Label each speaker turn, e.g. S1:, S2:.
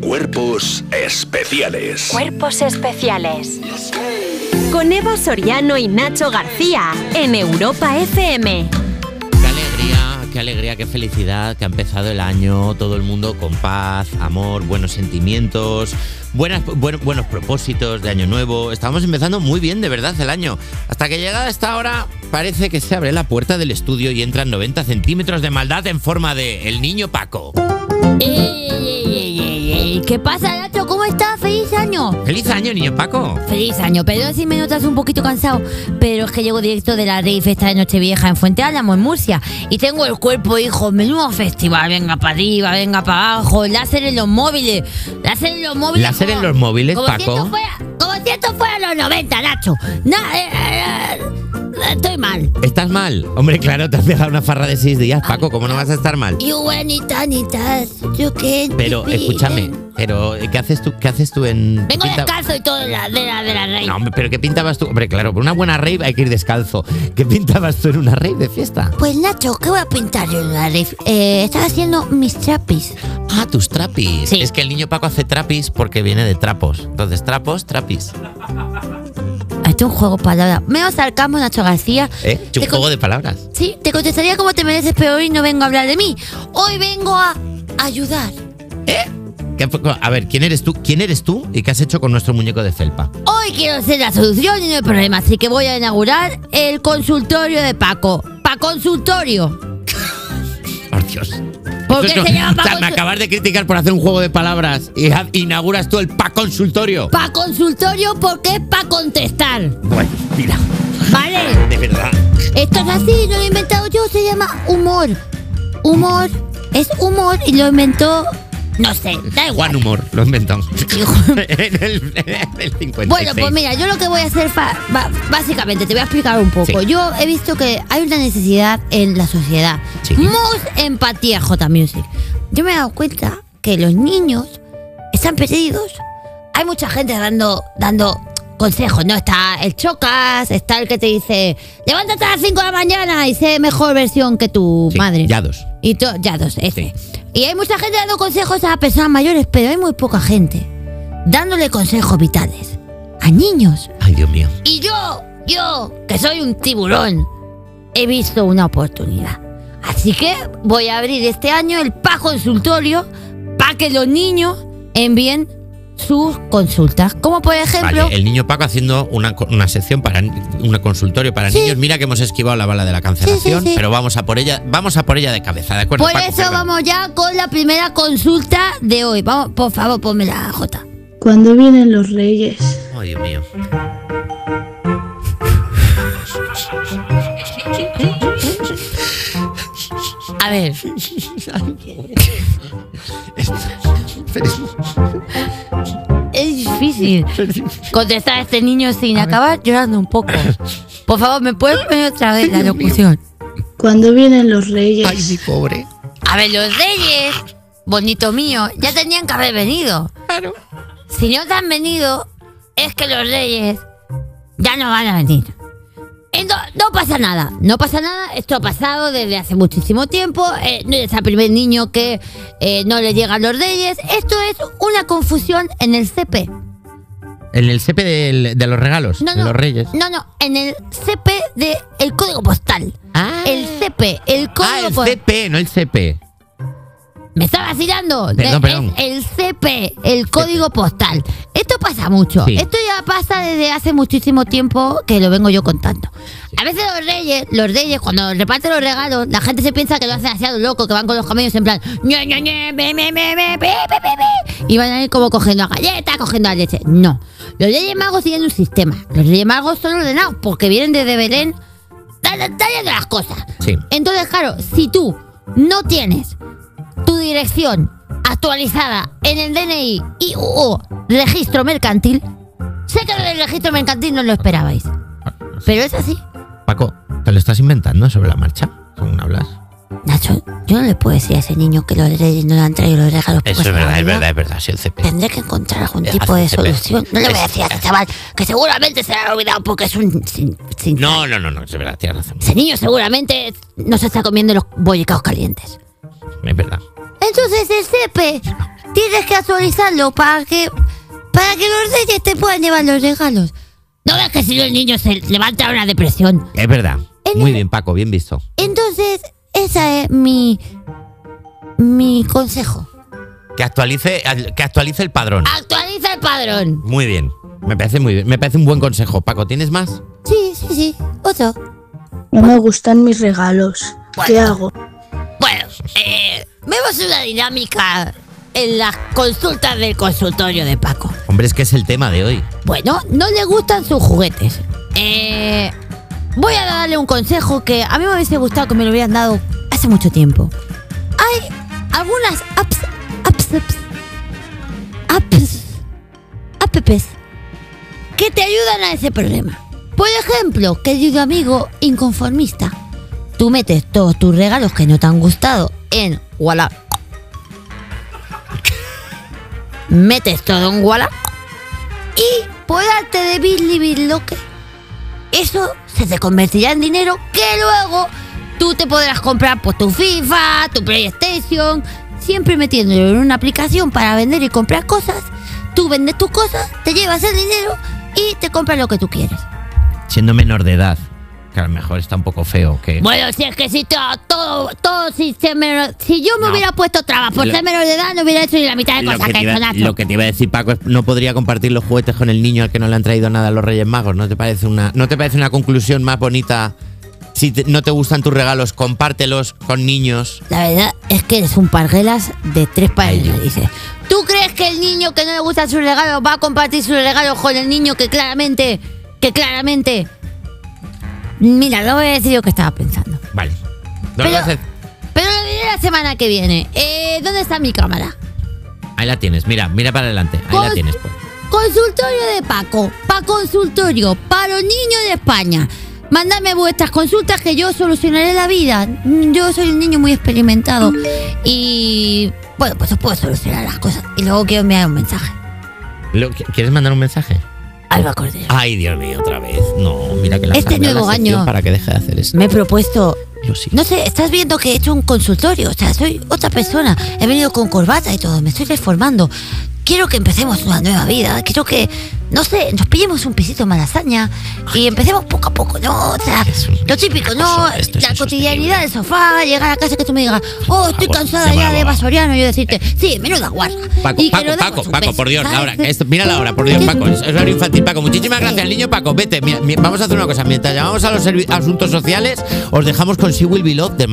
S1: Cuerpos especiales.
S2: Cuerpos especiales. Con Eva Soriano y Nacho García en Europa FM.
S3: Qué alegría, qué alegría, qué felicidad que ha empezado el año, todo el mundo con paz, amor, buenos sentimientos, buenas, buen- buenos propósitos de año nuevo. Estamos empezando muy bien, de verdad, el año. Hasta que llegada esta hora, parece que se abre la puerta del estudio y entran 90 centímetros de maldad en forma de El Niño Paco.
S4: Ey, ey, ey, ey, ey. ¿Qué pasa, Nacho? ¿Cómo estás? ¡Feliz año!
S3: ¡Feliz año, Niño Paco!
S4: Feliz año, pero si me notas un poquito cansado. Pero es que llego directo de la rave fiesta de Nochevieja en Fuente Álamo, en Murcia. Y tengo el cuerpo, hijo, menudo festival. Venga para arriba, venga para abajo. Láser en los móviles. Láser en los móviles.
S3: Láser en
S4: como-
S3: los móviles,
S4: como Si
S3: Paco.
S4: esto fuera, como si esto fuera los 90, Nacho. Na- eh, eh, eh, estoy mal.
S3: ¿Estás mal? Hombre, claro, te has pegado una farra de seis días, Paco. ¿Cómo no vas a estar mal?
S4: You wanita, nitas. You can't
S3: Pero
S4: be
S3: escúchame,
S4: beaten.
S3: pero ¿qué haces tú? ¿Qué haces tú en
S4: Vengo
S3: pinta-
S4: descalzo y todo de la, de la, de la rave.
S3: No, hombre, pero ¿qué pintabas tú? Hombre, claro, por una buena rave hay que ir descalzo. ¿Qué pintabas tú en una rave de fiesta?
S4: Pues Nacho, ¿qué voy a pintar yo en la ref? Eh, estaba haciendo mis trapis.
S3: Ah, tus trapis.
S4: Sí.
S3: Es que el niño Paco hace trapis porque viene de trapos. Entonces, trapos, trapis.
S4: Esto es un juego de palabras. Menos sarcasmo, Nacho García.
S3: ¿Eh? Es un
S4: Te con-
S3: juego de palabras.
S4: Sí, te contestaría como te mereces, pero hoy no vengo a hablar de mí. Hoy vengo a ayudar.
S3: ¿Eh? ¿Qué fue- A ver, ¿quién eres tú? ¿Quién eres tú y qué has hecho con nuestro muñeco de felpa?
S4: Hoy quiero ser la solución y no hay problema, así que voy a inaugurar el consultorio de Paco. Pa consultorio.
S3: Por Dios.
S4: ¿Por
S3: Esto
S4: qué
S3: es
S4: se
S3: no- O
S4: llama
S3: sea,
S4: Paco
S3: me
S4: Chu-
S3: acabas de criticar por hacer un juego de palabras y ha- inauguras tú el pa consultorio.
S4: Pa consultorio porque es pa contestar.
S3: Bueno, mira,
S4: ¿Vale?
S3: de verdad.
S4: Esto es así, no lo he inventado yo, se llama humor. Humor es humor y lo inventó, no sé, da igual.
S3: Juan Humor, lo inventamos.
S4: Hijo.
S3: en el, en el 56.
S4: Bueno, pues mira, yo lo que voy a hacer, fa- ba- básicamente, te voy a explicar un poco.
S3: Sí.
S4: Yo he visto que hay una necesidad en la sociedad.
S3: Sí.
S4: Mus empatía, J Music. Yo me he dado cuenta que los niños están perdidos. Hay mucha gente dando, dando consejos, ¿no? Está el chocas, está el que te dice, levántate a las 5 de la mañana y sé mejor versión que tu
S3: Sí,
S4: madre.
S3: Ya dos.
S4: Y to- ya dos, ese. Y hay mucha gente dando consejos a personas mayores, pero hay muy poca gente dándole consejos vitales a niños.
S3: Ay, Dios mío.
S4: Y yo, yo, que soy un tiburón, he visto una oportunidad. Así que voy a abrir este año el PA consultorio para que los niños envíen sus consultas. Como por ejemplo,
S3: Vale, el niño Paco haciendo una, co- una sección para ni- un consultorio para
S4: Sí.
S3: niños. Mira que hemos esquivado la bala de la cancelación,
S4: sí.
S3: pero vamos a por ella, vamos a por ella de cabeza, ¿de acuerdo?
S4: por
S3: Paco?
S4: eso
S3: Perdón.
S4: vamos ya con la primera consulta de hoy. Vamos, por favor, ponme la Jota.
S5: Cuando vienen los reyes?
S3: Ay, Dios mío.
S4: A ver. Es difícil contestar a este niño sin acabar llorando un poco. Por favor, ¿me puedes poner otra vez la locución?
S5: Cuando vienen los
S3: Ay,
S5: reyes?
S3: mi pobre.
S4: A ver, los reyes, bonito mío, ya tenían que haber venido.
S3: Claro.
S4: Si no te han venido, es que los reyes ya no van a venir. Ento- no pasa nada, no pasa nada. Esto ha pasado desde hace muchísimo tiempo. eh, no es el primer niño que eh, no le llegan los reyes. Esto es una confusión en el CP.
S3: En el CP del- de los regalos,
S4: No,
S3: de
S4: no,
S3: los reyes.
S4: No, no, en el CP de el código postal.
S3: Ah.
S4: El CP, el
S3: Ah,
S4: código
S3: el
S4: postal.
S3: CP, no el CP.
S4: Me está vacilando.
S3: Perdón,
S4: De-
S3: perdón.
S4: es el CP, el código postal. Esto pasa mucho.
S3: Sí.
S4: Esto ya pasa desde hace muchísimo tiempo que lo vengo yo contando. A veces los reyes, los reyes, cuando reparten los regalos, la gente se piensa que lo hacen así a lo loco, que van con los camellos en plan. "Ñe, Ñe, Ñe, be, be, be, be, be, be, be, be", Y van a ir como cogiendo a galletas, cogiendo a leche. No. Los reyes magos tienen un sistema. Los reyes magos son ordenados porque vienen desde Belén de las cosas.
S3: Sí.
S4: Entonces, claro, si tú no tienes tu dirección actualizada en el DNI y o registro mercantil, sé que lo del registro mercantil no lo esperabais, pero es así.
S3: Paco, ¿te lo estás inventando sobre la marcha? Según hablas.
S4: Nacho, yo no le puedo decir a ese niño que los reyes no le han traído los regalos. porque
S3: Eso es
S4: se
S3: verdad,
S4: van,
S3: es
S4: ¿no?
S3: verdad, es verdad, sí, el CP.
S4: Tendré que encontrar algún
S3: Eh,
S4: tipo de
S3: hace- hace-
S4: solución. No le voy a
S3: es-
S4: decir a ese
S3: es-
S4: chaval que seguramente se le ha olvidado porque es un... sin- sin-
S3: No, no, no, no, es verdad, tienes razón.
S4: Ese niño seguramente no se está comiendo los bollicaos calientes.
S3: Es verdad.
S4: Entonces el CP Tienes que actualizarlo para que para que los reyes te puedan llevar los regalos. No ves que si los niños se levanta una depresión.
S3: Es verdad.
S4: En
S3: Muy
S4: el-
S3: bien, Paco, bien visto.
S4: Entonces, esa es mi mi consejo.
S3: Que actualice, que actualice el padrón.
S4: Actualiza el padrón.
S3: Muy bien. Me parece muy bien. Me parece un buen consejo. Paco, ¿tienes más?
S4: Sí, sí, sí. Otro.
S5: No me gustan mis regalos. ¿Qué hago?
S4: Bueno, eh, vemos una dinámica en las consultas del consultorio de Paco.
S3: Hombre, es que es el tema de hoy.
S4: Bueno, no le gustan sus juguetes. Eh, voy a darle un consejo que a mí me hubiese gustado que me lo hubieran dado hace mucho tiempo. Hay algunas apps, apps, apps, apps, apps que te ayudan a ese problema. Por ejemplo, querido amigo inconformista, tú metes todos tus regalos que no te han gustado en Wallap. Metes todo en Wallap y por arte de Billy Birloque, eso se te convertirá en dinero que luego tú te podrás comprar pues tu FIFA, tu PlayStation, siempre metiéndolo en una aplicación para vender y comprar cosas. Tú vendes tus cosas, te llevas el dinero y te compras lo que tú quieres.
S3: Siendo menor de edad, que a lo mejor está un poco feo. Que...
S4: Bueno, si es que si to- todo, todo, si, se me- si yo me
S3: No.
S4: hubiera puesto trabas pues, por
S3: Lo-
S4: ser menor de edad, no hubiera hecho ni la mitad de
S3: Lo
S4: cosas
S3: que,
S4: que,
S3: te
S4: he
S3: iba,
S4: hecho, Nacho.
S3: lo que te iba a decir Paco es no podría compartir los juguetes con el niño al que no le han traído nada los Reyes Magos. ¿No te parece una, no te parece una conclusión más bonita? Si te- no te gustan tus regalos, compártelos con niños.
S4: La verdad es que eres un parguelas de tres
S3: Ay,
S4: pares
S3: Dios.
S4: dice. ¿Tú crees que el niño que no le gusta su regalo va a compartir su regalo con el niño que claramente, que claramente... Mira, no voy a decir lo que estaba pensando.
S3: Vale. No lo
S4: Pero-
S3: vas a hacer.
S4: Pero lo diré la semana que viene. Eh, ¿Dónde está mi cámara?
S3: Ahí la tienes, mira, mira para adelante. Ahí la
S4: Cons-
S3: tienes. pues.
S4: Consultorio de Paco. Pa consultorio. Para los niños de España. Mándame vuestras consultas que yo solucionaré la vida. Mm, Yo soy un niño muy experimentado. Y bueno, pues os puedo solucionar las cosas. Y luego quiero enviar un mensaje.
S3: Lo- ¿qu- ¿Quieres mandar un mensaje?
S4: Alba Cordero.
S3: Ay, Dios mío, otra vez. No, mira que la
S4: Este
S3: cambiado
S4: nuevo
S3: la sección
S4: año.
S3: Para que deje de hacer esto.
S4: Me he propuesto.
S3: Yo sí.
S4: No sé, estás viendo que he hecho un consultorio. O sea, soy otra persona. He venido con corbata y todo. Me estoy reformando. Quiero que empecemos una nueva vida. Quiero que, no sé, nos pillemos un pisito en Malasaña y empecemos poco a poco, ¿no? O sea,
S3: Es un-
S4: lo típico,
S3: una
S4: ¿no?
S3: cosa, esto es
S4: La
S3: insostenible.
S4: cotidianidad del sofá, llegar a casa que tú me digas, oh, estoy
S3: favor,
S4: cansada
S3: de
S4: ya de
S3: bravo.
S4: Vasoriano. Y yo decirte, sí, menuda guarra.
S3: Paco,
S4: Y que
S3: Paco,
S4: nos demos
S3: Paco,
S4: un
S3: Paco,
S4: beso,
S3: por Dios, la hora,
S4: ¿sabes?
S3: esto- mira la hora, por Dios, Paco, es es horario infantil, Paco. Muchísimas gracias, niño Paco, vete. mira, mi- vamos a hacer una cosa, mientras llamamos a los servi- asuntos sociales, os dejamos con She Will Be Loved de Mark